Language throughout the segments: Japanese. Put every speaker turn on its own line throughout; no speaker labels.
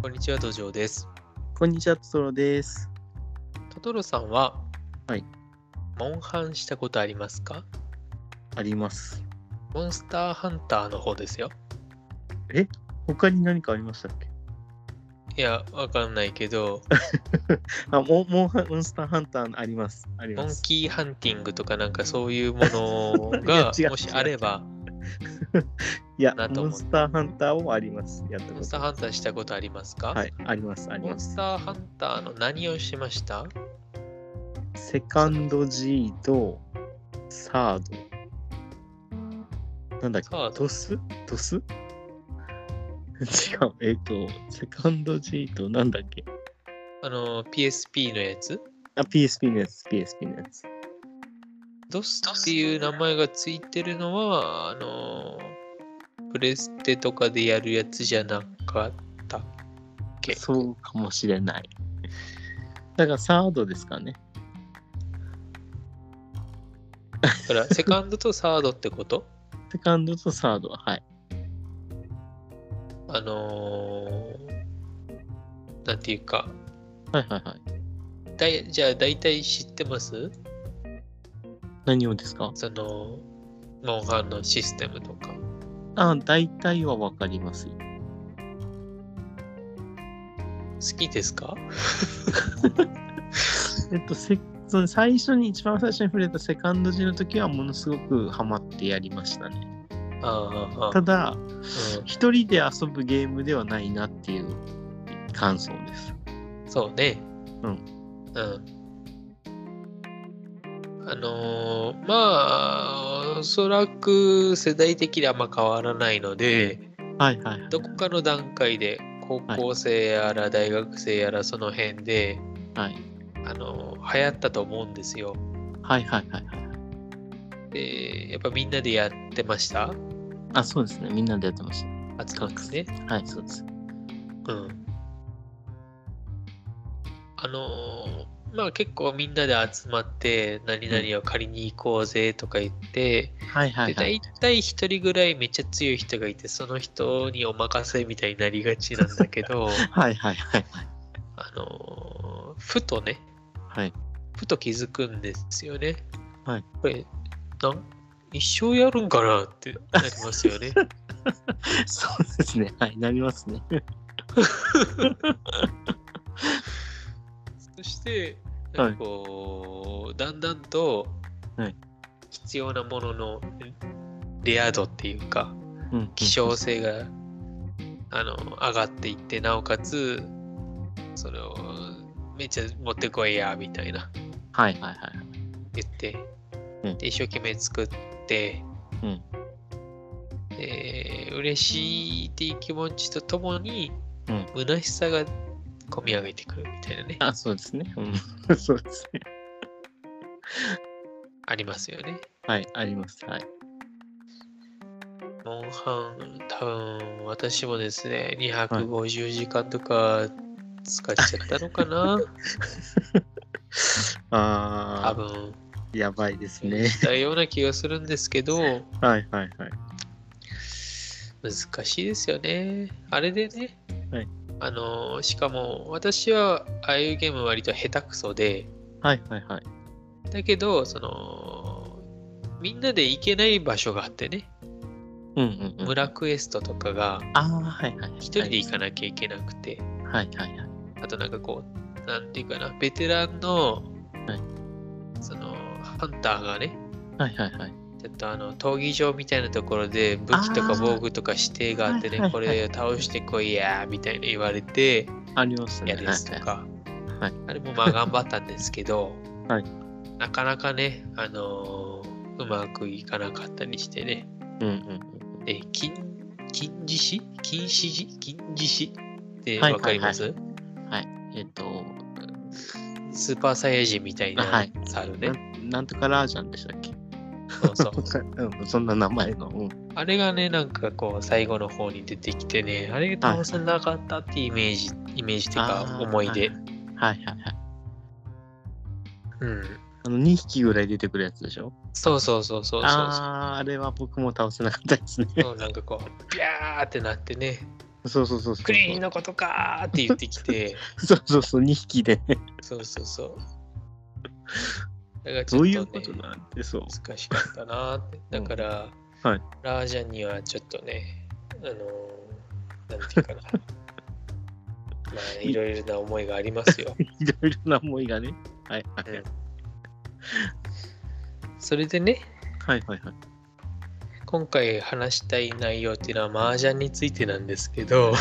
こんにちは、土壌です。
こんにちは、トトロです。
トトロさんは、
はい。
モンハンしたことありますか
あります。
モンスターハンターの方ですよ。
他に何かありましたっけ
いや、わかんないけ ど、
あ、モンモンハンモンスターハンターあります。あり
モ
ま
ン
す。
キーハンティングとかなんかそういうもの
い
が
や違、う
もしあれば、
いや、
なと
モ
思う
ンスターハンターもあります。やった
モ
こ
ンスター
と。
ハンターしたことありますか
はい、あります、あり
モン
ま
ス
す。
ターハンターの何をしました
セカンド G とサード。なんだっけ
サード
ドスドス 違う。えっ、と、セカンド G となんだっけ
あの、PSP のやつ
あ、PSP のやつ、PSP のやつ。
ドスっていう名前がついてるのは、あの、プレステとかでやるやつじゃなかったっけ
そうかもしれない。だからサードですかね。
だから、セカンドとサードってこと
セカンドとサードは、はい。
あのー、なんていうか、
はいはいはい。
だいじゃあ大体知ってます
何をですか
その、モンハンのシステムとか。
あ、大体はわかりますよ。
好きですか
えっと、せその最初に、一番最初に触れたセカンド G の時はものすごくハマってやりましたね。
ああああ、
ただ、
う
一人で遊ぶゲームではないなっていう感想です。
ん、そうね。
う
う
ん
ん。あのー、まあ、おそらく世代的にあんま変わらないので、
はいはいはい。
どこかの段階で、高校生やら大学生やらその辺で、
はい
あの流行ったと思うんですよ。
はいはいはいはい。
でやっぱみんなでやってました
あ、そうですね。みんなでやってまし
集まってね。
た。はい、そうです。
うん。あのーまあ結構みんなで集まって何々を借りに行こうぜとか言って、
はいはい
で
はい。
大体一人ぐらいめっちゃ強い人がいてその人にお任せみたいになりがちなんだけ ど
はいはいはいはい。
あのーふとね
はい。
ふと気づくんですよね。
はい、
これなん一生やるんかなってなりますよね。
そうですね。はい、なりますね。
そして、
はい
なんかこう、だんだんと、
はい
必要なもののレア度っていうか、
うん。
希少性が、あの上がっていって、なおかつ、それをめっちゃ持ってこいや、みたいな
はいはいはいはい。
言って、
うん
で一生懸命作って、
うん
えー嬉しいっていう気持ちとともに、
うん
虚しさが込み上げてくるみたいなね、
あ、そうですね。うん。 そうですね。
ありますよね。
はい、あります。はい。
モンハン、多分私もですね、250時間とか使っちゃったのかな、多
あ
分。
やばいですね。
だような気がするんですけど、
はいはいはい。
難しいですよね。あれでね、
はい
あのしかも私はああいうゲーム割と下手くそで、
はいはいはい。
だけど、その、みんなで行けない場所があってね、
うんうん、うん。
村クエストとかが
ああ、はいはい。
一人で行かなきゃいけなくて、
はいはいはい。
あとなんかこう、なんていうかな、ベテランの、
はい
その、ハンターがね、
はいはいはい。
ちょっとあの、闘技場みたいなところで武器とか
あー
防具とか指定があって
は
ね、
い
こ
はいはい
れ倒してこいやーみたいに言われて、
ありますね。
やですとか
はい、
あれもまあ頑張ったんですけど、
はい
なかなかね、あのーうまくいかなかったりしてね、
うんうんうん。
え、金、金獅子金獅子金獅子って
はい
わかります、
えっ、と、
スーパーサイヤ人みたいな
はい
猿ね。
なん、なんとかラージャンでしたっけ
そうそう。
うん、そんな名前の。うん、
あれがね、なんかこう、最後の方に出てきてね、あれが倒せなかったっていうイメージ、イメージっていうか、思い出。。
はいはいはい。
うん。
あの、2匹ぐらい出てくるやつでしょ
そうそうそうそうそう
ああ、あれは僕も倒せなかったですね。
そう。なんかこう、ビャーってなってね、
そうそうそうそう。
クリーンのことかーって言ってきて、
そうそうそう、2匹で。
そうそうそう。だからちょ
ど
っと、
うい
ね、
うことなんて、そう。
難しかったなーって。だから、
うんはい
ラージャンにはちょっとね、あのーなんていうかな。 まあ、いろいろな思いがありますよ。
いろいろな思いがね。はいは
う
い
んそれでね、
はいはいはい。
今回話したい内容っていうのは麻雀についてなんですけど、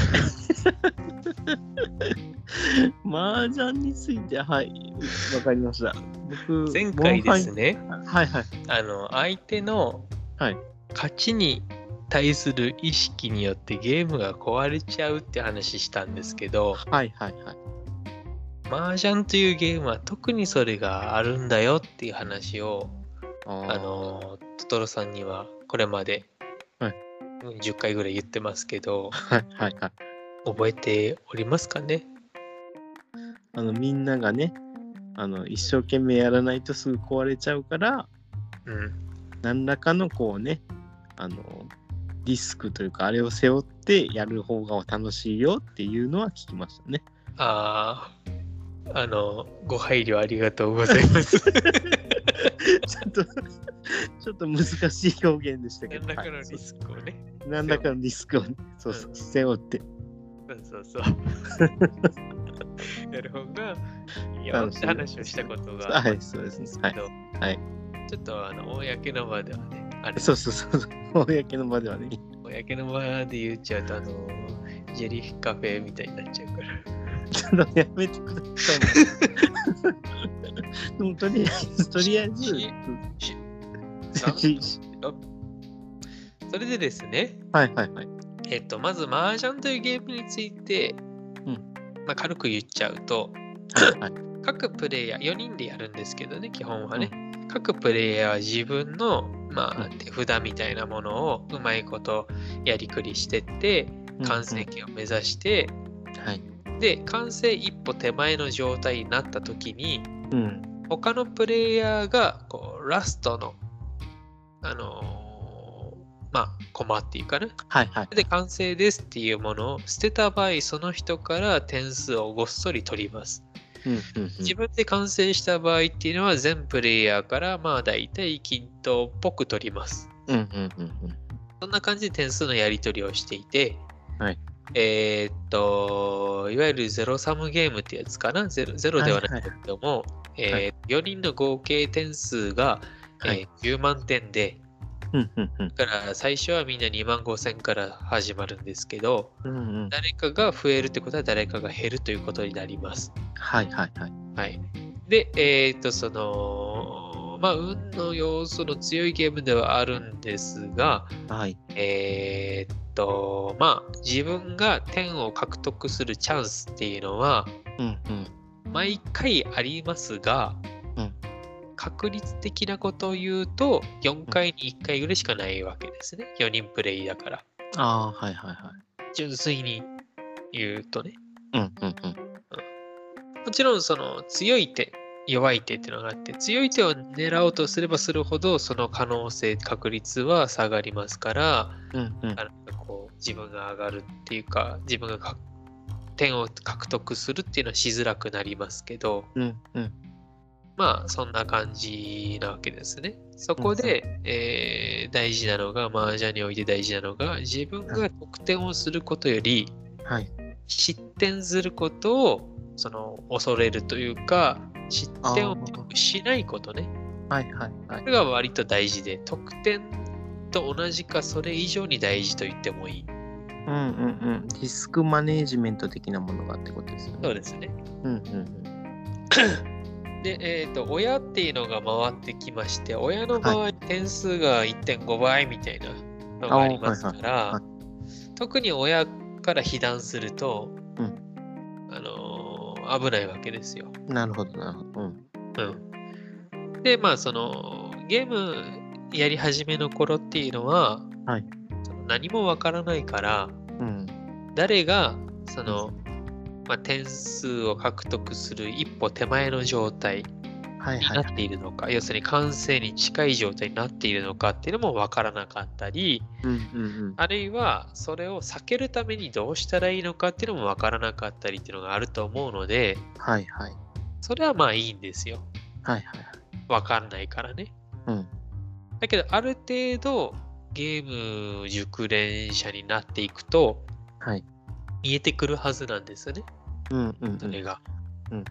麻雀について、はい。わかりました。僕、
前回です
ね。
ね、
はいはい。
あの相手の
はい
勝ちに対する意識によってゲームが壊れちゃうって話したんですけど
はいはいはい。
麻雀というゲームは特にそれがあるんだよっていう話を
あー
あのトトロさんにはこれまで
はい
10回ぐらい言ってますけど
はいはいはい。
覚えておりますかね
あの、みんながね、あの、一生懸命やらないとすぐ壊れちゃうから、
うん
何らかのこうね、あの、リスクというか、あれを背負ってやる方が楽しいよっていうのは聞きましたね。
あーあのご配慮ありがとうございます
ちょっと、ちょっと難しい表現でしたけ
何ら
ど、
か
は
の
い
リスクをね
何らかのリスクをね、そうそう、背負って。
そう そうそう。やる方がいいよって話をしたことがあ
は
るん
い、
です
そうですね。は
けど、
い。はい
ちょっとあの公の場ではね、あれ
そうそうそうそう。公の場ではね。
公の場で言っちゃうと、あの、ジェリーカフェみたいになっちゃうから。
ちょっとやめてください。 でもとりあえず、とりあえず、
しし
し
それでですね、
はいはいはい。
えっと、まず麻雀というゲームについて、
うん
まあ、軽く言っちゃうと、
はい
各プレイヤー4人でやるんですけどね基本はね、各プレイヤーは自分の、まあ、手札みたいなものをうまいことやりくりしてって完成形を目指して、
はい。
で完成一歩手前の状態になった時に
うん。
他のプレイヤーがこうラストのあのーまあコマっていうかね
はいはい。
で完成ですっていうものを捨てた場合その人から点数をごっそり取ります
うんうんうん
自分で完成した場合っていうのは全プレイヤーからまあ大体均等っぽく取ります。
うんうんうんうん。
そんな感じで点数のやり取りをしていて、
はい
えーっと、いわゆるゼロサムゲームってやつかなゼロゼロではないけれども、
はい
え4人の合計点数が、
はい。
えー10万点で、
うんうんうん
だから最初はみんな2万5000から始まるんですけど、
うんうん。
誰かが増えるってことは誰かが減るということになります。
はいはいはい。
はい。で、えっ、と、その、まあ、運の要素の強いゲームではあるんですが、
はい。
えっ、と、まあ、自分が点を獲得するチャンスっていうのは、
うんうん。
毎回ありますが、
うん
確率的なことを言うと、4回に1回ぐらいしかないわけですね。4人プレイだから。
ああ、はいはいは
純粋に言うとね。
い。うんうんうん。
もちろんその強い手弱い手っていうのがあって強い手を狙おうとすればするほどその可能性確率は下がりますから
うんうん。
なんかこう自分が上がるっていうか自分がか点を獲得するっていうのはしづらくなりますけど
うんうん。
まあそんな感じなわけですね。そこで、えー大事なのが麻雀において大事なのが自分が得点をすることより
はい。
失点することをその恐れるというか失点をしないことね
はいはいはい
こ。れが割と大事で得点と同じかそれ以上に大事と言ってもいい
うんうんうん。リスクマネージメント的なものがってことですよね。
そうですね
うんうん
で、えー、と親っていうのが回ってきまして親の場合点数が1.5倍みたいなのがありますか
あーは
ら特に親から被弾すると、
う
あのー危ないわけですよ
うん。なるほどなるほど。うん。
うん、でまあそのゲームやり始めの頃っていうのは、
はい
その何もわからないから
うん。
誰がその、まあ、点数を獲得する一歩手前の状態
はい
に
は。
ないっているのか、要するに完成に近い状態になっているのかっていうのも分からなかったり、
うんうんうん。
あるいはそれを避けるためにどうしたらいいのかっていうのも分からなかったりっていうのがあると思うので、
はいはい。
それはまあいいんですよ。
はいはい。
分かんないからね。
うん。
だけど、ある程度ゲーム熟練者になっていくと、
はい。
見えてくるはずなんですよね、
うんうんう
そ
ん。
れが。
うん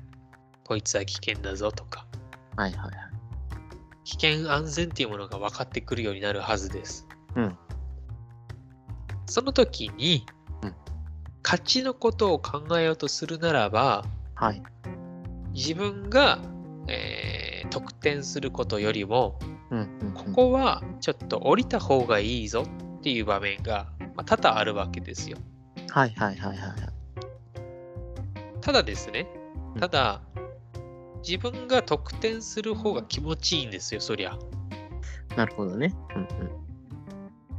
こいつは危険だぞとか、
はいはいはい。
危険安全っていうものが分かってくるようになるはずです。
うん
その時に、
うん
勝ちのことを考えようとするならば、
はい。
自分が、えー得点することよりも、
うんうんうん。
ここはちょっと降りた方がいいぞっていう場面が、まあ、多々あるわけですよ。
はいはいはいはいはい。
ただですね
う、ん
ただ、自分が得点する方が気持ちいいんですよ、そりゃ。
なるほどね。うん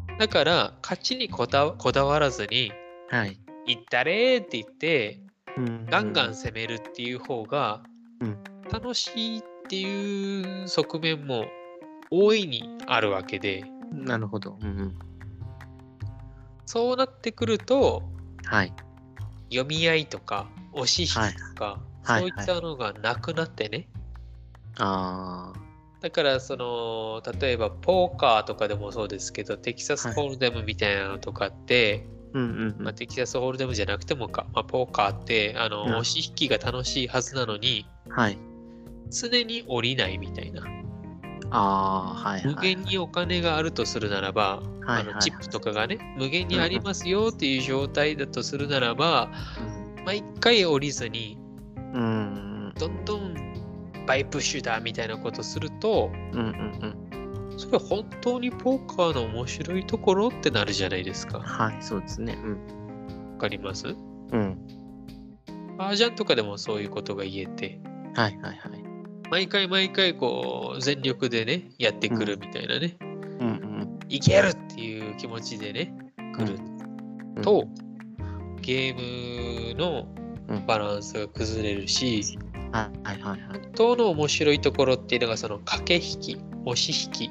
うん。
だから、勝ちにこだわこだわらずに、
はい。
いったれーって言って、
うん
ガンガン攻めるっていう方が
うん、
楽しいっていう側面も大いにあるわけで、
なるほど。うんうん。
そうなってくると、
はい。
読み合いとか、押し引きとか、
はい
そういったのがなくなってね、
あ
だからその例えばポーカーとかでもそうですけどテキサスホールデムみたいなのとかって、
ー。うんうんうん。
まあ、テキサスホールデムじゃなくてもか、まあ、ポーカーってあの、
うん
押し引きが楽しいはずなのに
はい。
常に降りないみたいな
ああ、はいはい。
無限にお金があるとするならば、
はい
あ
は
の
い
チップとかがね無限にありますよっていう状態だとするならば毎回降りずに
うん
どんどんバイプッシュだみたいなことすると
うんうんうん。
それは本当にポーカーの面白いところってなるじゃないですか。
はい、そうですね。うん。
わかります
うん。
麻雀とかでもそういうことが言えて、
はいはいはい。
毎回毎回こう全力でね、やってくるみたいなね、
うんうん。
いけるっていう気持ちでね、来る
うん
と、、ゲームの
うん
バランスが崩れるし、
はいはいはいはい。
本当の面白いところっていうのがその駆け引き、押し引き、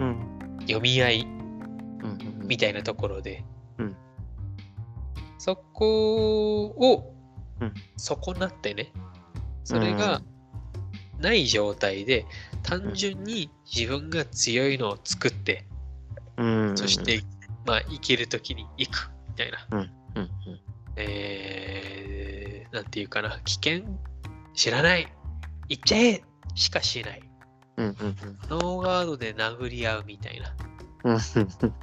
うん。
読み合い
うんうんうん
みたいなところで、
うん
そこを
うん
損なってね、それがない状態で単純に自分が強いのを作って、
うん。
そして、まあ、生きる時に行くみたいな、
うんうん、
えー、なんていうかな危険知らない行っちゃえしかしない
うんうんうん。
ノーガードで殴り合うみたいな
うんうんうん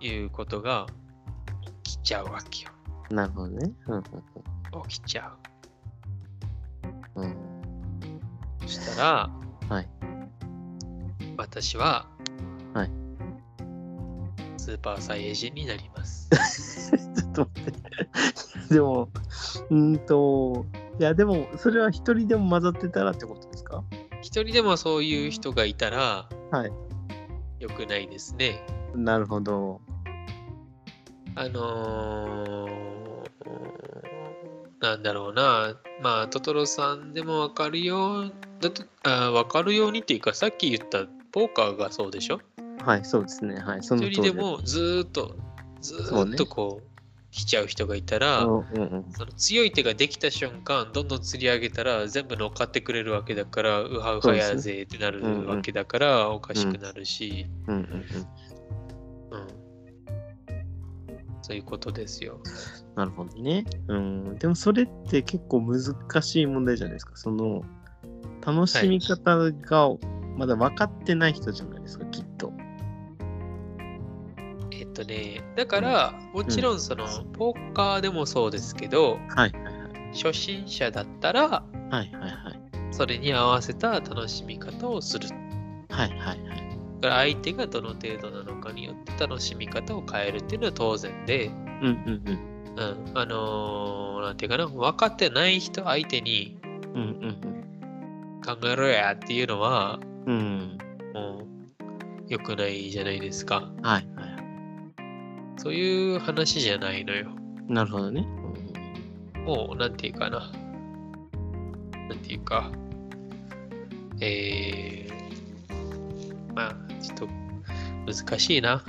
いうことが起きちゃうわけよ
なるほどね。うんうん
起きちゃ
うんうん。
うそしたら、
はい
私は、
はい
スーパーサイヤ人になります。
ちょっと待って。でも、うーんと、いやでも、それは一人でも混ざってたらってことですか
一人でもそういう人がいたら、
はい
良くないですね。
なるほど。
あのーなんだろうな、まあ、トトロさんでも分かるようだとあ分かるようにっていうか、さっき言ったポーカーがそうでしょ
はい、そうですね。はい、その
一
通り
人でもずーっと、ず
そう
ーっ
ね
とこう、来ちゃう人がいた
う
ら、
んうんうん、
その強い手ができた瞬間どんどん釣り上げたら全部乗っかってくれるわけだからウハウハやぜってな
うんう
る
ん
わけだからおかしくなるし、
うんうんうん。
うんそういうことですよ。
なるほどね。うん、でもそれって結構難しい問題じゃないですか。その楽しみ方がまだ分かってない人じゃないですか、きっと。
えっとねだからもちろんそのポーカーでもそうですけど
はいはいはい。
初心者だったら
はいはいはい。
それに合わせた楽しみ方をする。だ
はいはいはい。
から相手がどの程度なのかによって楽しみ方を変えるっていうのは当然で、
うんうん
うん、あのーなんていうかな分かってない人相手に
うん。うんうん
考えろやっていうのは
うん。うん。
もう良くないじゃないですか
はいはいは
そういう話じゃないのよ
い。なるほどね。
もうなんていうかななんていうか、えー、まあ、ちょっと難しいな。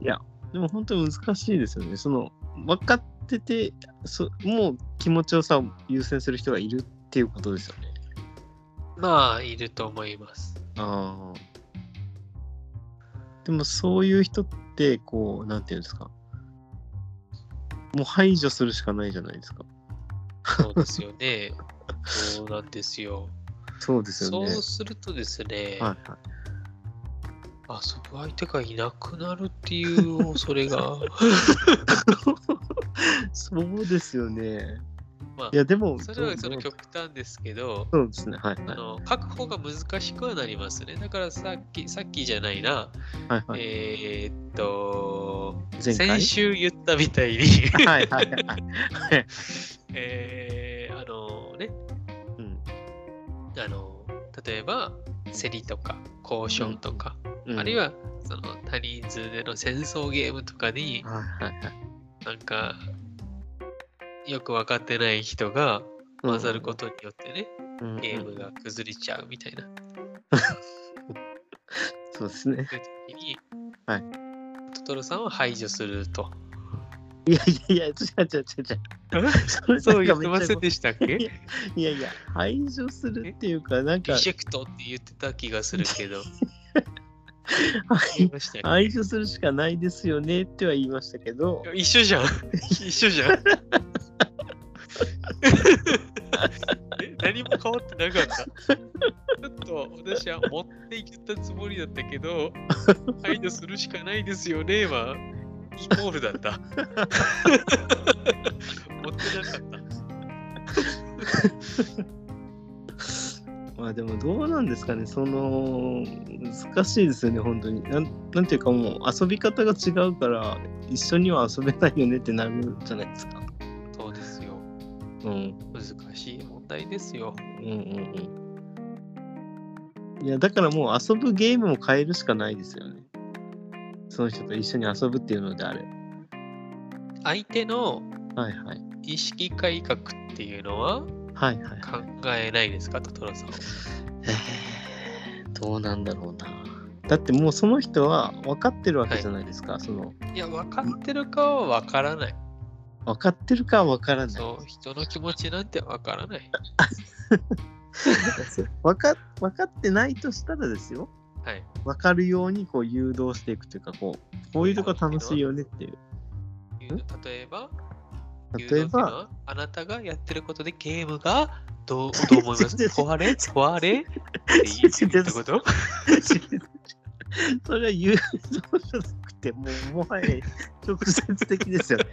いや、でも本当に難しいですよね。その、分かってて、そもう気持ちよさを優先する人がいるっていうことですよね。
まあ、いると思います。
ああ。でもそういう人って、こう、なんていうんですか。もう排除するしかないじゃないですか。
そうですよね。そうなんですよ。
そうですよ
そう
ね。
するとですね、
はいはい。
遊ぶ相手がいなくなるっていう恐れ が、
そうですよね。
ま
いや、でも、
あ、それはその
どう
極端ですけど、
そうですね。はい
あ
はい。
の確保が難しくはなりますね。だからさっき、さっきじゃないな、
はいはい、
えーっと、
前回
先週言ったみたいに、
はいはいはい。
えーあのね、
うん。
あの、例えば、競りとか、交渉とか、
うん
あるい、は、その他人数での戦争ゲームとかに、
はいはいはい。
なんか、よく分かってない人が混ざることによってね、
と、うん
ゲームが崩れちゃうみたいな
そうですね。
時に、
はい
トトロさんを排除すると。
いやいやいや、違う違う 違う違う。それ
そう
な
言っ
んか
て
め
ま
っち
せ
ゃ
んでしたっけリ
いやいや、排除するっていうか、なんか、
ジェクトって言ってた気がするけ ど、言
排
いましたよ
排除するしかないですよねっては言いましたけど、
一緒 じゃん一緒じゃんえ何も変わってなかった。ちょっと私は持って言ったつもりだったけど、排除するしかないですよねは、イコールだ った。持ってなかった。
まあでもどうなんですかね、その、難しいですよね、本当に。なんなんていうかもう、遊び方が違うから、一緒には遊べないよねってなるじゃないですか。
そうですよ。
うん。
難しい問題ですよ。
うんうんうん。いや、だからもう遊ぶゲームを変えるしかないですよね。その人と一緒に遊ぶっていうのであれば。
相手の
はいはい。
意識改革っていうのは
はいはい。
考えないですか、トトロさんは。
えーどうなんだろうな。だってもうその人は分かってるわけじゃないですか。その
いや、分かってるかは分からない。
分かってるかは分からない。
そう、人の気持ちなんてわからない。
分か分かってないとしたらですよ。
はい。
分かるようにこう誘導していくというか、こう、こういうとこ楽しいよねっていう。
例えば、
例えば、、
あなたがやってることでゲームが どうどう思います壊れ壊れって言うってこと
それは誘導じゃなくて、もうもはや直接的ですよね。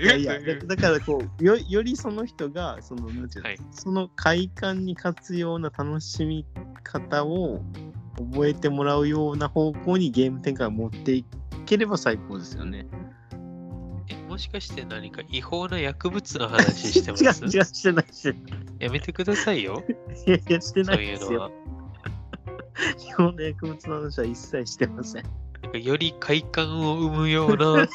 いやいや、だだからこうよ、よりその人が、その、なんていうの
はい
その快感に活用な楽しみ方を覚えてもらうような方向にゲーム展開を持っていければ最高ですよね。
えもしかして何か違法な薬物の話してま
違う違う、
す
してない、してない。
やめてください よ、
いやいや、して
そ
な
う
い
い
で
う
す
のは
よ。。基本の薬物の話は一切してません。
なんかより快感を生むよう な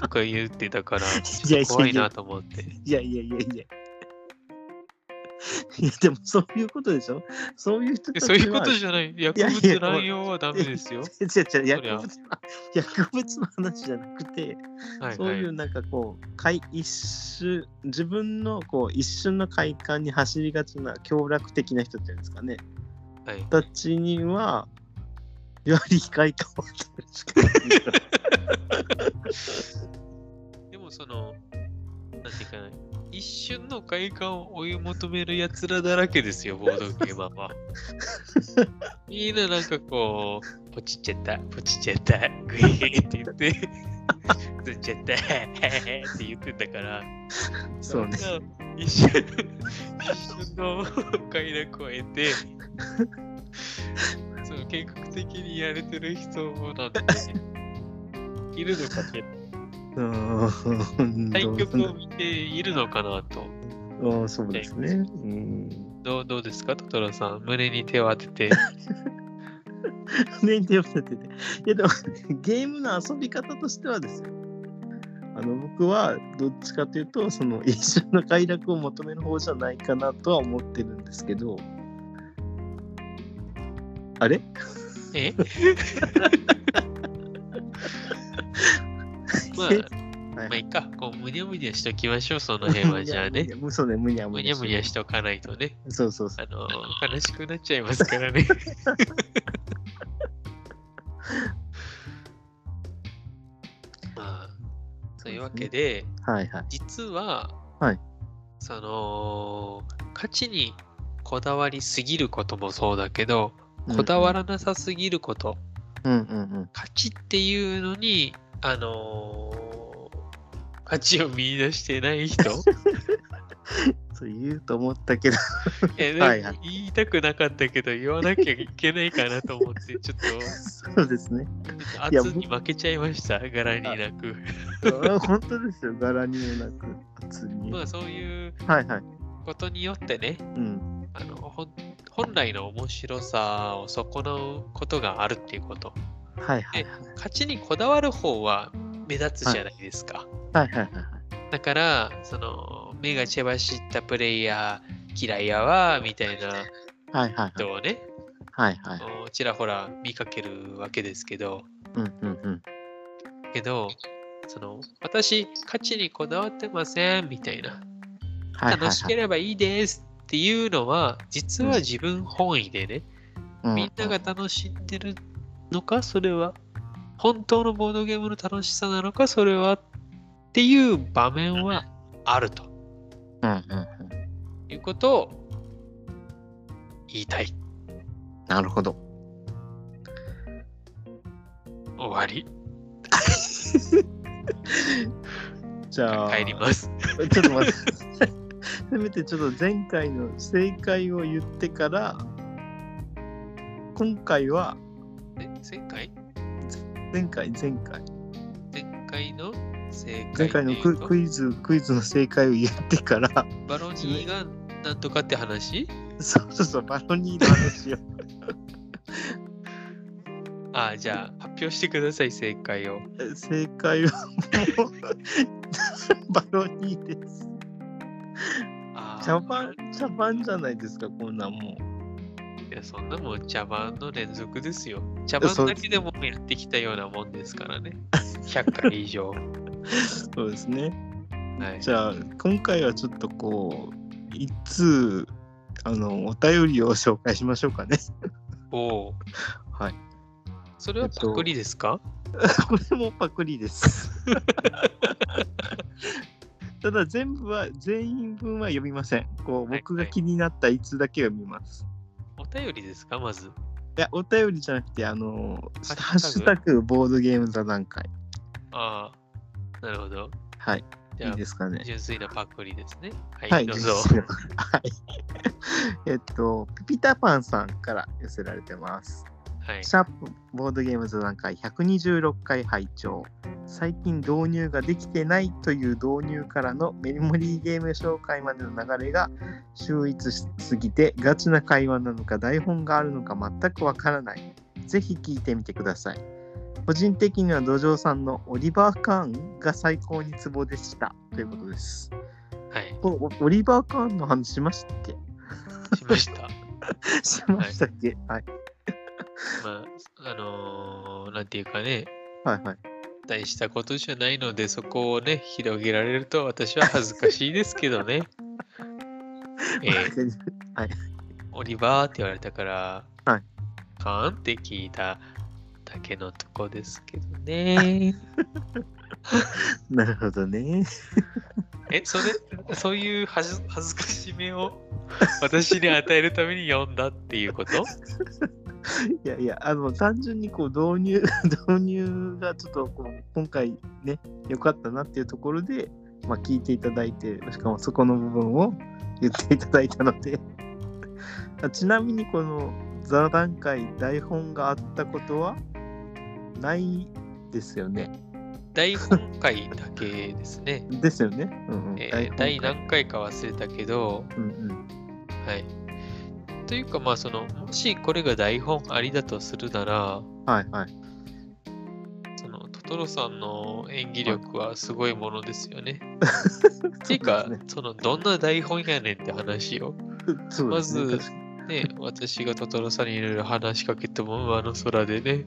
とか言ってたから、
いやいやいや
怖いなと思って。
いやいやいやいや。いや、でもそういうことでしょそういう人
え
たちは。
そういうことじゃない。薬物乱用はダメですよ。
違う違う
そり
薬
ゃ
物の 薬物の話じゃなくて、
はい
そう
はい
いうなんかこう快一瞬自分のこう一瞬の快感に走りがちな強楽的な人っていうんですかね
はい
たちにはより快感を与えるしかないから
でもその、なんていうかな、一瞬の快感を追い求めるやつらだらけですよ、ボードゲーマーは。みんななんかこう、ポチっちゃった、ポチっちゃった、グイーンって言って、 ずっちゃった、って言ってたから、
そうね
みんな一瞬、一瞬の快楽を得 て、その計画的にやれてる人なんて、いるのかって
うー ん
対
どう
局
な
を
んだ
見ているのかなと。
ろううんそうですねうん
どうどうですか、トトロさん。胸に手を当てて。
年齢を立てていやでもゲームの遊び方としてはですよあの僕はどっちかというとその一緒の快楽を求める方じゃないかなとは思ってるんですけどあれ
えま あ、まあいいか。こう、むにゃむにゃしときましょう、その 辺は。じゃあね。
もうそうねむにゃむ
む
に
に
ゃ
ゃむにゃしとかないとね。
そうそうそ
あの、悲しくなっちゃいますから ね。まあ、そういうわけで、
うはいはい
実は、
はい
その、価値にこだわりすぎることもそうだけど、こだわらなさすぎること、
うんうんうん
価値っていうのに、あのー価値を見出してない 人
そう言うと思ったけど
え
はいはい
言いたくなかったけど言わなきゃいけないかなと思ってちょっと
そうで すねいや
圧に負けちゃいました柄になく
あ本当ですよ柄にもなく普通に、
まあそういう
はいはい
ことによってね
うん
あのほん本来の面白さを損なうことがあるっていうこと
はいはいはい
勝ちにこだわる方は目立つじゃないですか、
はいはいはい
だからその目が血走ったプレイヤー嫌いやわみたいな
はいはい
人をね
はいはいはい
あのちらほら見かけるわけですけど
うんうんうん
けどその私価値にこだわってませんみたいな
はいはい
楽
は
しければいいですっていうのは実は自分本位でね
い
みんなが楽しんでるのかそれは本当のボードゲームの楽しさなのかそれはっていう場面はあると
うんうんうん
いうことを言いたい
なるほど
終わり
じゃあ
帰ります
ちょっと待って。 せめてちょっと前回の正解を言ってから、今回は、
え前回
前回、前回、
前回の正解
前回のクイクイズ、クイズの正解を言ってから、
バロニーがなんとかって話
そうそうそう、バロニーの話を。
あじゃあ発表してください正解を
正解はもう、 バロニーです。
あー
茶番、茶番じゃないですか、こんなんもう。
いや、そんなもん茶番の連続ですよ。茶番だけでもやってきたようなもんですから ね。100回以上。は
そうですね。
い。
じゃあ今回はちょっとこういつあのお便りを紹介しましょうか ね。
おう
はい。
それはパクリですか、
これもパク リです。ただ全部は全員分は読みません。こう
はい
僕が気になったいつだけ読みます。
お便りですかまず。
いやお便りじゃなくてあのハ
ハッ
ッシ
シ
ュ
ュ
タ
タグ
グボードゲーム座談会
ああ。なるほど。
はい
じ
い
ゃ
い
あ、
ですかね。
純粋なパクリですね。はい、
はい
どうぞ。
ですはい。えっとピピタパンさんから寄せられてます。
はい。
シャープボードゲーム座談会126回拝聴最近導入ができてないという導入からのメモリーゲーム紹介までの流れが秀逸しすぎてガチな会話なのか台本があるのか全くわからないぜひ聞いてみてください個人的には土壌さんのオリバー・カーンが最高にツボでしたということです
はい。
おおオリバー・カーンの話しましたっけ
しました。
しましたっけ、はい、
まあ、あのーなんていうかね、
はいはい
大したことじゃないので、そこをね、広げられると私は恥ずかしいですけど ね。ええオリバーって言われたから、
はい
カーンって聞いただけのとこですけど ね。
なるほどね
え、それ、そういう恥ず恥ずかしめを 私に与えるために読んだっていうこと
いやいや、あの、単純にこう、導入、 導入がちょっとこう、今回ね、良かったなっていうところで、まあ、聞いていただいて、しかもそこの部分を言っていただいたので、 あちなみにこの座談会台本があったことはないですよね。
第本回だけですね。
ですよね。うんうん。
えー
台本が
第何回か忘れたけど、
うんうん。
はい。というか、まあ、その、もしこれが台本ありだとするなら、
はいはい。
その、とトロさんの演技力はすごいものですよ ね。っていうか、そのどんな台本やねんって話を。
そうですね
まず
確かに
ね、私がトトロさんにいろいろ話しかけても、あの空で ね。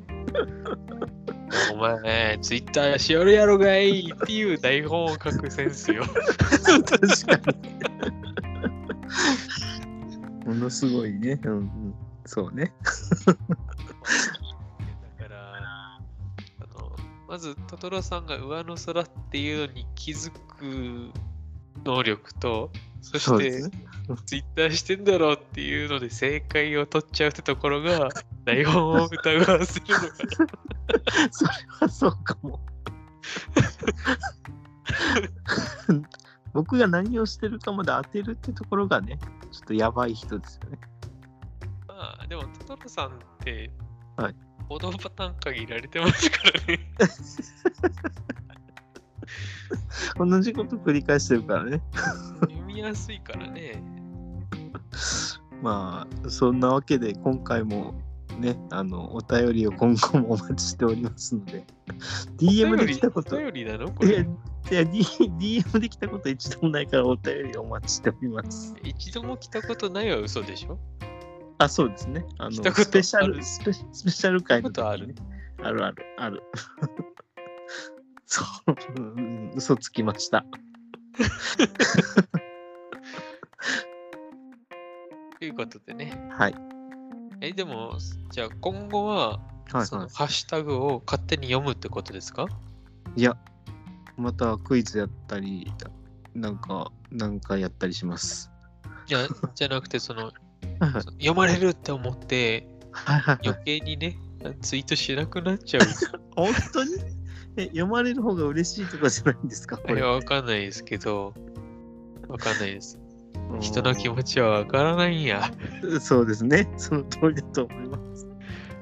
お前ね、ツイッターしよるやろがいっていう台本を書くセンスよ。
確かに。 ものすごいね。うんうん、そうね。
だからあのまずトトロさんが上の空っていうのに気づく能力とそ
そう
し
です
てツイッターしてんだろうっていうので正解を取っちゃうってところ が台本を疑わせるのが
それは そうかも。僕が何をしてるかまで当てるってところがね、ちょっとやばい人ですよね。
まあでもトトロさんって
はい
行動パターン限られてますからね
同じこと繰り返してるからね。
読みやすいからね
まあ、そんなわけで今回もね、あの、お便りを今後もお待ちしておりますので、DM で来たこと
お。便りお便りなのこ
いや、
れ
いや D、DM で来たこと一度もないからお便りお待ちしております。
一度も来たことないは嘘でしょ
あ、そうですね。あの
来たことある
スペシャルスペ、スペシャル会の時にね、
来
あるある、ある。 そう、うん嘘つきました。
ということでね
はい。
え、でも、じゃあ今後は、
はい、
その
は
ハッシュタグを勝手に読むってことですか
い。いや、またクイズやったり、なんか、なんかやったりします。
じゃじゃなくてその、
はいはい
その読まれるって思って、
はいはいはい。
余計にね、ツイートしなくなっちゃう。
本当にえ、読まれる方が嬉しいとかじゃないんですかこ
これ
れ。
はわかんないですけど、わかんないです。人の気
持
持ちはわからないんや。
ち。そうですね。その通りだと思います。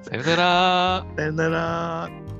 さよなら
さよなら。